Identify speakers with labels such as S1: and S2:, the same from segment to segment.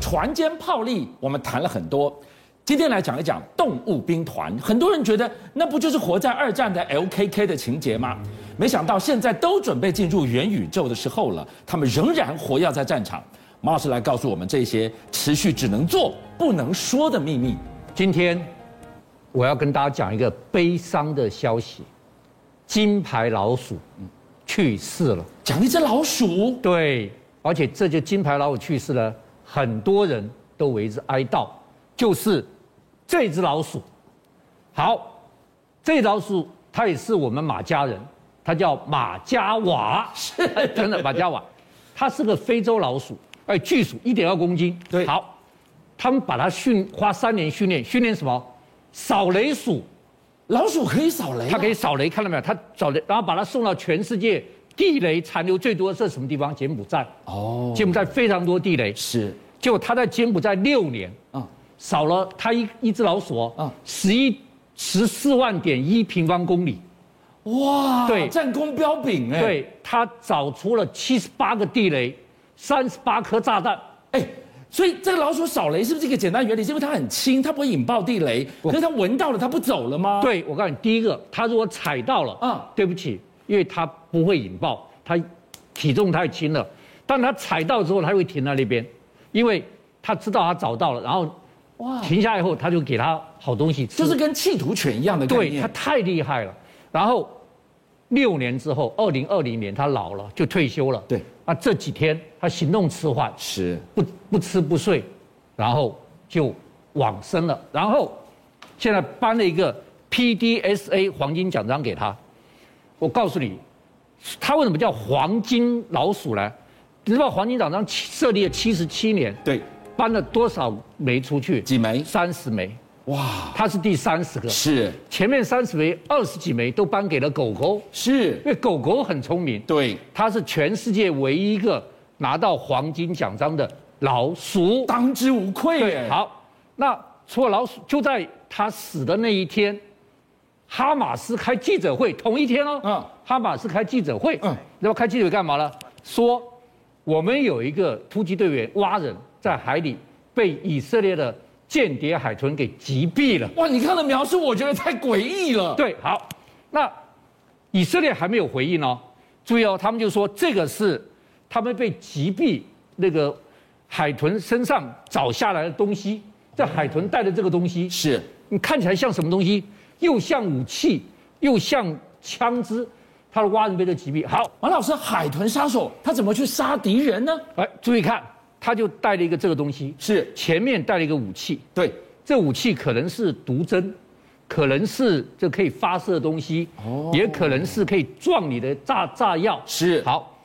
S1: 船坚炮利，我们谈了很多。今天来讲一讲动物兵团，很多人觉得那不就是活在二战的 LKK 的情节吗？没想到现在都准备进入元宇宙的时候了，他们仍然活跃在战场。马老师来告诉我们这些持续只能做不能说的秘密。
S2: 今天我要跟大家讲一个悲伤的消息：金牌老鼠去世了。
S1: 讲一只老鼠，
S2: 对，而且这就金牌老虎去世了，很多人都为之哀悼，就是这只老鼠。好，这老鼠它也是我们马家人，它叫马加瓦，真的马加瓦，它是个非洲老鼠，哎，巨鼠一点二公斤。
S1: 对
S2: 好，他们把它训花三年训练，训练什么？扫雷鼠，
S1: 老鼠可以扫雷啊，
S2: 它可以扫雷，看到没有？它扫雷，然后把它送到全世界地雷残留最多的是什么地方？柬埔寨。
S1: 哦，
S2: 柬埔寨非常多地雷，
S1: 是
S2: 结果他在柬埔寨六年，
S1: 啊，
S2: 少了他一一只老鼠，
S1: 啊
S2: 啊，十一十四万点一平方公里，
S1: 哇，
S2: 对
S1: 战功彪炳哎，，
S2: 对他找出了七十八个地雷，三十八颗炸弹，
S1: 哎。所以这个老鼠扫雷是不是一个简单原理？是因为它很轻，它不会引爆地雷，可是它闻到了，它不走了吗？，
S2: 对我告诉你，第一个他如果踩到了，
S1: 啊
S2: 啊，对不起，因为他不会引爆，他体重太轻了，但他踩到之后他会停在那边，因为他知道他找到了，然后
S1: 哇，
S2: 停下来以后他就给他好东西吃，
S1: 就是跟弃徒犬一样的概
S2: 对
S1: 念
S2: 他太厉害了。然后六年之后，二零二零年他老了就退休了。
S1: 对，
S2: 啊，这几天他行动迟缓，
S1: 是
S2: 不不吃不睡，然后就往生了。然后现在颁了一个 PDSA 黄金奖章给他。我告诉你，他为什么叫黄金老鼠呢？你知道黄金奖章起设立了七十七年，
S1: 对，
S2: 颁了多少枚出去？
S1: 几枚
S2: 三十枚，
S1: 哇，
S2: 他是第三十个。
S1: 是
S2: 前面三十枚、二十几枚都颁给了狗狗，
S1: 是
S2: 因，为狗狗很聪明，
S1: 对，
S2: 它是全世界唯一一个拿到黄金奖章的老鼠。
S1: 当之无愧耶。
S2: 好，那除了老鼠，就在它死的那一天，哈马斯开记者会，同一天哦，
S1: 嗯
S2: 哈马斯开记者会，
S1: 嗯
S2: 嗯，那么开记者会干嘛呢？说我们有一个突击队员蛙人在海里被以色列的间谍海豚给击毙了。
S1: 哇，你看的描述，我觉得太诡异了。
S2: 对，好，那以色列还没有回应哦。注意哦，他们就说这个是他们被击毙那个海豚身上找下来的东西，这海豚带的这个东西，
S1: 是
S2: 你看起来像什么东西？又像武器，又像枪支，他的蛙人被这击毙。好，
S1: 马老师，海豚杀手他怎么去杀敌人呢？
S2: 哎，注意看，他就带了一个这个东西，
S1: 是
S2: 前面带了一个武器，
S1: 对，
S2: 这武器可能是毒针，可能是这可以发射的东西，也可能是可以撞你的炸炸药。
S1: 是
S2: 好，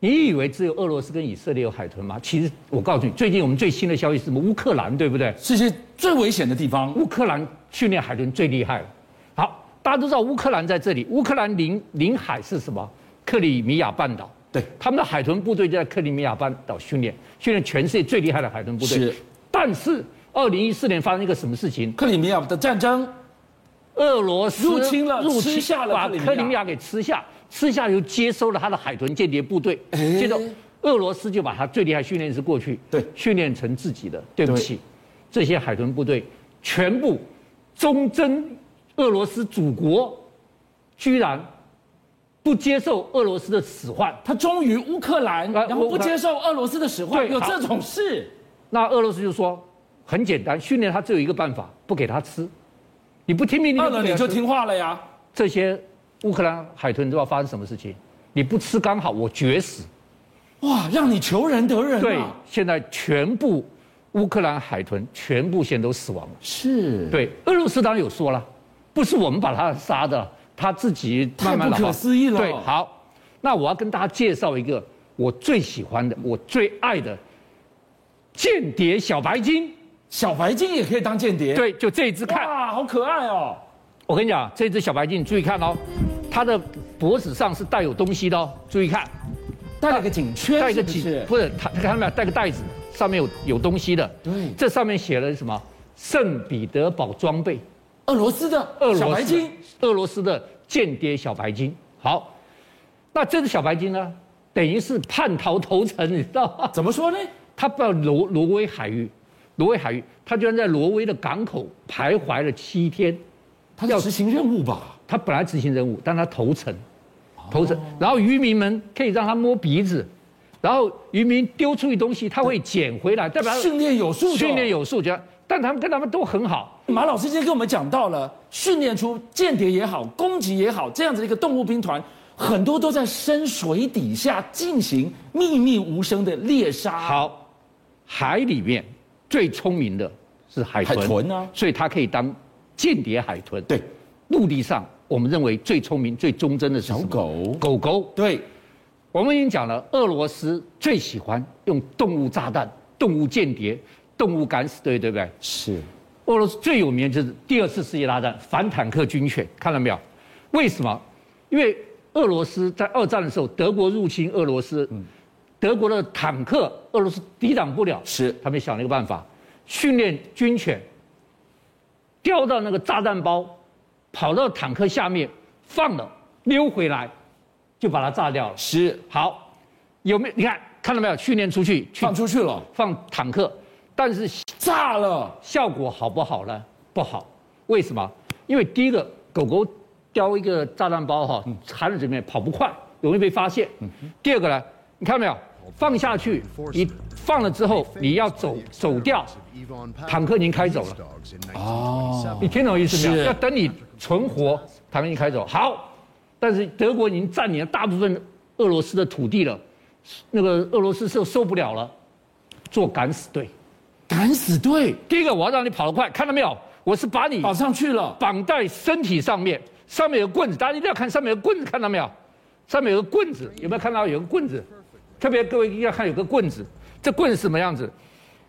S2: 你以为只有俄罗斯跟以色列有海豚吗？其实我告诉你，最近我们最新的消息是什么？乌克兰对不对？
S1: 这是最危险的地方。
S2: 乌克兰训练海豚最厉害了。好，大家都知道乌克兰在这里，乌克兰临临海是什么？克里米亚半岛。
S1: 对，
S2: 他们的海豚部队就在克里米亚半岛训练，训练全世界最厉害的海豚部队。
S1: 是，
S2: 但是二零一四年发生一个什么事情？
S1: 克里米亚的战争，
S2: 俄罗斯
S1: 入侵了
S2: 入
S1: 吃
S2: 侵
S1: 下了
S2: 把
S1: 克里米亚啊
S2: 克里米亚给吃下，吃下又接收了他的海豚间谍部队，
S1: 哎
S2: 接着俄罗斯就把他最厉害训练师过去，
S1: 对
S2: 训练成自己的。对不
S1: 对
S2: 起，这些海豚部队全部忠贞俄罗斯祖国，居然不接受俄罗斯的使唤。
S1: 他忠于乌克兰，
S2: 啊
S1: 然后
S2: 乌
S1: 不
S2: 克兰
S1: 接受俄罗斯的使唤，
S2: 对
S1: 有
S2: 好
S1: 这种事？
S2: 那俄罗斯就说很简单，训练他只有一个办法，不给他吃，你不听命令
S1: 饿
S2: 不
S1: 了
S2: 给他吃，
S1: 你就听话了呀。
S2: 这些乌克兰海豚知道发生什么事情？你不吃刚好，我绝死。
S1: 哇，让你求人得人
S2: 对
S1: 啊！，
S2: 现在全部乌克兰海豚全部现在都死亡了。
S1: 是，
S2: 对，俄罗斯当然有说了，不是我们把它杀的，它自己慢慢
S1: 太
S2: 的。
S1: 不可思议了
S2: 对，好，那我要跟大家介绍一个我最喜欢的、我最爱的间谍小白鲸。
S1: 小白鲸也可以当间谍。，
S2: 对，就这一只看。
S1: 哇，好可爱哦。
S2: 我跟你讲，这只小白鲸，你注意看哦，它的脖子上是带有东西的哦，注意看。
S1: 带了个颈圈，
S2: 带一个
S1: 是不
S2: 几
S1: 是
S2: 不是他，看到没有？带个袋子，上面有有东西的。
S1: 对
S2: 这上面写了什么？圣彼得堡装备，
S1: 俄罗斯的
S2: 俄罗斯
S1: 小白鲸，，
S2: 俄罗斯的间谍小白鲸。好，那这只小白鲸呢，等于是叛逃投诚，你知道吗？
S1: 怎么说呢？
S2: 它到挪挪威海域，挪威海域，它居然在挪威的港口徘徊了七天。
S1: 他要执行任务吧？
S2: 他本来执行任务，但他投诚，
S1: 哦
S2: 投诚，然后渔民们可以让他摸鼻子，然后渔民丢出去东西，他会捡回
S1: 哦
S2: 来，代表
S1: 训练有素，
S2: 训练。有素，觉得，但他们跟他们都很好，
S1: 马老师今天跟我们讲到了，训练出间谍也好，攻击也好，这样子的一个动物兵团，很多都在深水底下进行秘密无声的猎杀。，
S2: 好，海里面最聪明的是海豚，
S1: 海豚啊
S2: 所以它可以当间谍海豚。
S1: 对，
S2: 陆地上我们认为最聪明、最忠贞的是
S1: 小
S2: 什么
S1: 狗
S2: 狗狗。
S1: 对，
S2: 我们已经讲了，俄罗斯最喜欢用动物炸弹、动物间谍、动物敢死队，对不对？
S1: 是
S2: 俄罗斯最有名就是第二次世界大战反坦克军犬，看到没有？为什么？因为俄罗斯在二战的时候，德国入侵俄罗斯，
S1: 嗯
S2: 德国的坦克俄罗斯抵挡不了，
S1: 是
S2: 他们想了一个办法，训练军犬掉到那个炸弹包，跑到坦克下面放了，溜回来，就把它炸掉了。
S1: 是，
S2: 好，有没有？你看看到没有？训练出去去
S1: 放出去了，
S2: 放坦克，但是
S1: 炸了，
S2: 效果好不好呢？不好，为什么？因为第一个，狗狗叼一个炸弹包哈，含在嘴里面跑不快，容易被发现。第二个呢，你看到没有？放下去，你放了之后，你要走走掉，坦克已经开走了。
S1: 哦，
S2: 你听懂我意思没有？
S1: 是
S2: 要等你存活，坦克已经开走。好，但是德国已经占领了大部分俄罗斯的土地了，那个俄罗斯受受不了了，做敢死队。
S1: 敢死队
S2: 第一个，我要让你跑得快，看到没有？我是把你
S1: 绑上去了，
S2: 绑在身体上面，上面有个棍子，大家一定要看上面有个棍子，看到没有？上面有个棍子，有没有看到有个棍子？特别各位一定要看有个棍子，这棍子什么样子？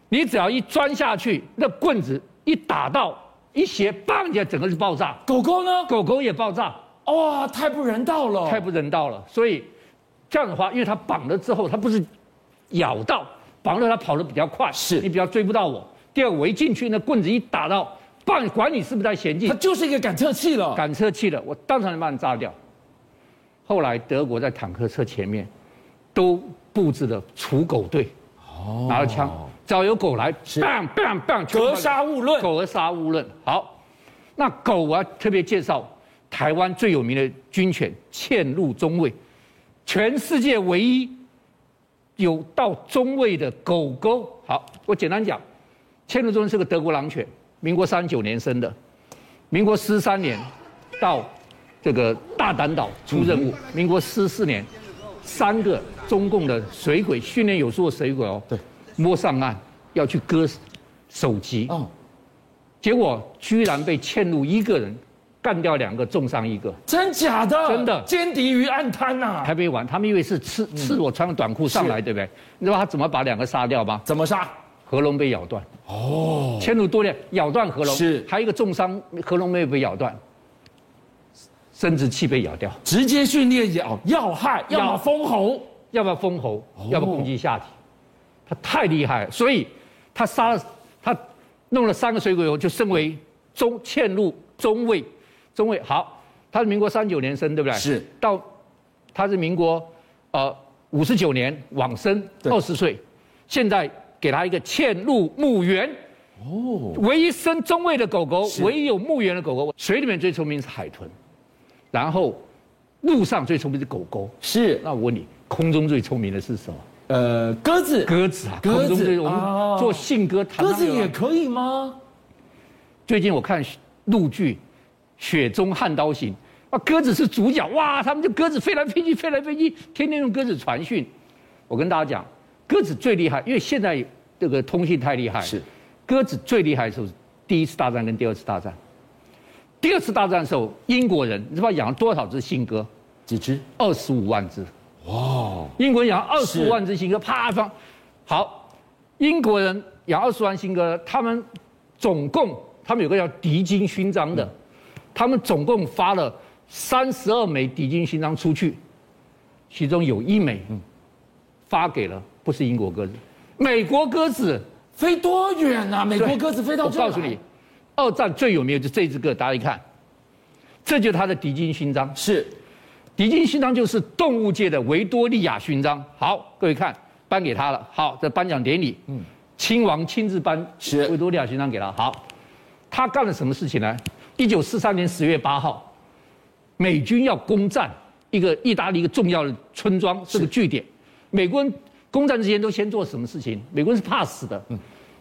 S2: 你只要一钻下去，那棍子一打到一斜，砰一下，整个就爆炸，
S1: 狗狗呢？
S2: 狗狗也爆炸，
S1: 哇、太不人道了，
S2: 太不人道了。所以这样的话，因为它绑了之后，它不是咬到，绑了它跑得比较快，
S1: 是
S2: 你比较追不到我。第二，我一进去，那棍子一打到，棒管你是不是在前进
S1: 它，就是一个感测器了。
S2: 赶车去了，我当场就把你炸掉。后来德国在坦克车前面都布置了除狗队，拿了枪，只要有狗来，bang bang bang，全部把
S1: 哦格杀勿论
S2: 狗格杀勿论。好，那狗我要特别介绍台湾最有名的军犬嵌入中尉，全世界唯一有到中尉的狗狗。好，我简单讲，嵌入中尉是个德国狼犬，民国三九年生的，民国四三年到这个大胆岛出任
S1: 嗯
S2: 务，民国四四年三个中共的水鬼训练有素的水鬼哦，
S1: 对，
S2: 摸上岸要去割首级，
S1: 哦，
S2: 结果居然被嵌入一个人干掉两个，重伤一个，
S1: 真假的？
S2: 真的
S1: 歼敌于暗滩呐、
S2: 还没完。他们因为是赤赤裸穿个短裤上来，对不对？你知道他怎么把两个杀掉吗？
S1: 怎么杀？
S2: 合龙被咬断。哦，嵌入多裂，咬断合龙。
S1: 是
S2: 还有一个重伤，合龙没有被咬断，生殖器被咬掉，
S1: 直接训练咬要害，要么封喉。
S2: 要不要封喉，
S1: 哦
S2: 要不要攻击下体。他太厉害了，所以他杀了他，弄了三个水鬼以后，就升为中嵌入中尉，中尉好，他是民国三九年生，对不对？
S1: 是
S2: 到他是民国呃五十九年往生，
S1: 对
S2: 二十岁，现在给他一个嵌入墓园。哦，唯一生中尉的狗狗，唯一有墓园的狗狗，水里面最聪明是海豚，然后路上最聪明是狗狗。
S1: 是，
S2: 那我问你，空中最聪明的是什么？
S1: 呃，鸽子，
S2: 鸽子啊，
S1: 鸽子
S2: 空中最我
S1: 哦
S2: 们做信鸽，谈
S1: 鸽
S2: 上
S1: 子
S2: 有啊
S1: 也可以吗？
S2: 最近我看陆剧《雪中悍刀行》，啊，鸽子是主角，哇，他们就鸽子飞来飞去，飞来飞去，天天用鸽子传讯。我跟大家讲，鸽子最厉害，因为现在这个通信太厉害，
S1: 是
S2: 鸽子最厉害的时候是第一次大战跟第二次大战。第二次大战的时候，英国人你知道养了多少只信鸽？
S1: 几只？
S2: 二十五万只。哇！英国人养二十
S1: 是
S2: 五万只新鸽，啪放。好，英国人养二十万新鸽，他们总共他们有个叫敌金勋章的，他们总共发了三十二枚敌金勋章出去，其中有一枚发给了不是英国鸽子，美国鸽子。
S1: 飞多远啊？美国
S2: 对
S1: 鸽子飞到
S2: 我
S1: 这儿来
S2: 告诉你，，二战最有名的就这只鸽，大家一看，这就是它的敌金勋章。
S1: 是
S2: 迪金勋章就是动物界的维多利亚勋章。好，各位看，颁给他了。好，这颁奖典礼，嗯，亲王亲自颁
S1: 是
S2: 维多利亚勋章给他。好，他干了什么事情呢？一九四三年十月八号，美军要攻占一个意大利一个重要的村庄，是个据点。美国人攻占之前都先做什么事情？美国人是怕死的，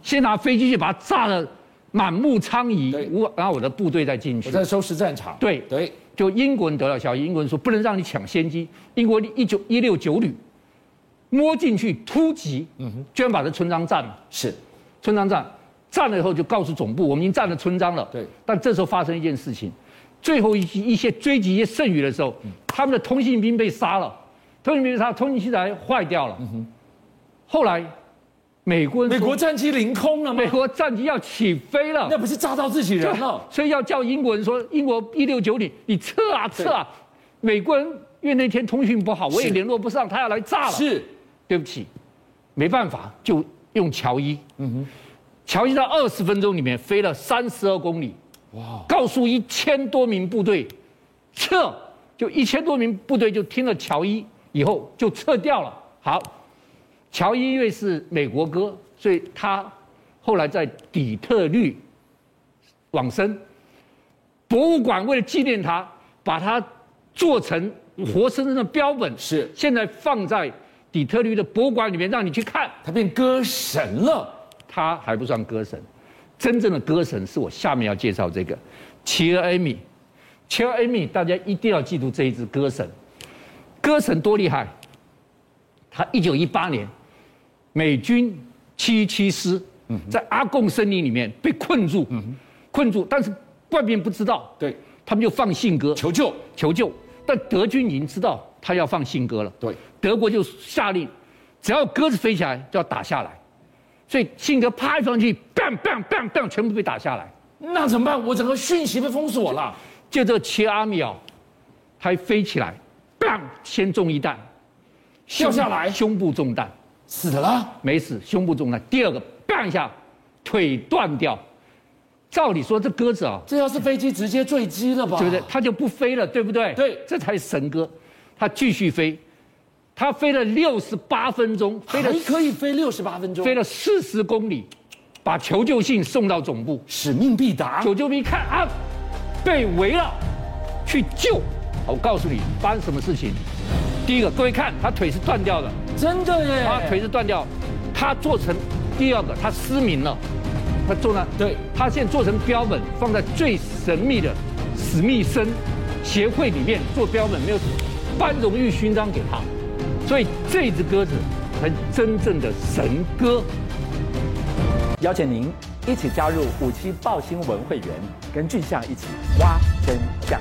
S2: 先拿飞机去把它炸得满目疮
S1: 对
S2: 痍，我然后我的部队再进去
S1: 我。在收拾战场。
S2: 对
S1: 对，
S2: 就英国人得到消息，英国人说不能让你抢先机。英国一九一六九旅摸进去突击，
S1: 嗯
S2: 居然把这村庄占了。
S1: 是
S2: 村庄占，占了以后就告诉总部，我们已经占了村庄了。
S1: 对
S2: 但这时候发生一件事情，最后一一些追击一些剩余的时候，
S1: 嗯
S2: 他们的通信兵被杀了，通信兵被杀，通信器材坏掉了。后来，美国
S1: 嗯
S2: 人
S1: 美
S2: 说
S1: 国战机凌空了吗
S2: 美？国战机要起飞了，
S1: 那不是炸到自己人了？
S2: 所以要叫英国人说，英国一六九里，你撤啊撤啊！美国人因为那天通讯不好，我也
S1: 是
S2: 联络不上，他要来炸了。
S1: 是
S2: 对不起，没办法，就用乔伊。嗯哼，乔伊在二十分钟里面飞了三十二公里，哇！告诉一千多名部队撤，就一千多名部队就听了乔伊以后就撤掉了。好，乔伊因为是美国歌，所以他后来在底特律往生。博物馆为了纪念他，把他做成活生生的标本，
S1: 是
S2: 现在放在底特律的博物馆里面，让你去看。
S1: 他变歌神了，
S2: 他还不算歌神，真正的歌神是我下面要介绍这个齐尔艾米。齐尔艾米，大家一定要记住这一支歌神。歌神多厉害！他一九一八年，美军七七师在阿贡森林里面被困住，困住，但是外面不知道，
S1: 对，
S2: 他们就放信鸽
S1: 求救，
S2: 求救。但德军已经知道他要放信鸽了，
S1: 对，
S2: 德国就下令，只要鸽子飞起来就要打下来，所以信鸽啪一放进去，bang bang bang bang，全部被打下来。
S1: 那怎么办？我整个讯息被封锁了，
S2: 就这个切阿米奥，还飞起来，bang 先中一弹，
S1: 掉下来
S2: 胸部中弹
S1: 死了，
S2: 没死，胸部中弹。第二个 bang 一下，腿断掉。照理说这鸽子啊，
S1: 这要是飞机直接坠机了吧？
S2: 对不对？它就不飞了，对不对？
S1: 啊对
S2: 这才是神鸽，它继续飞，它飞了六十八分钟，飞了
S1: 还可以飞六十八分钟，
S2: 飞了四十公里，把求救信送到总部。
S1: 使命必达。
S2: 求救兵一看啊，被围了，去救。好我告诉你发生什么事情。第一个，各位看，他腿是断掉的，
S1: 真的耶，
S2: 他腿是断掉，他做成第二个，他失明了，他做了，
S1: 对
S2: 他现在做成标本，放在最神秘的史密森协会里面做标本，没有颁荣誉勋章给他，所以这只鸽子才真正的神鸽。
S3: 邀请您一起加入五七报新闻会员，跟俊相一起挖真相。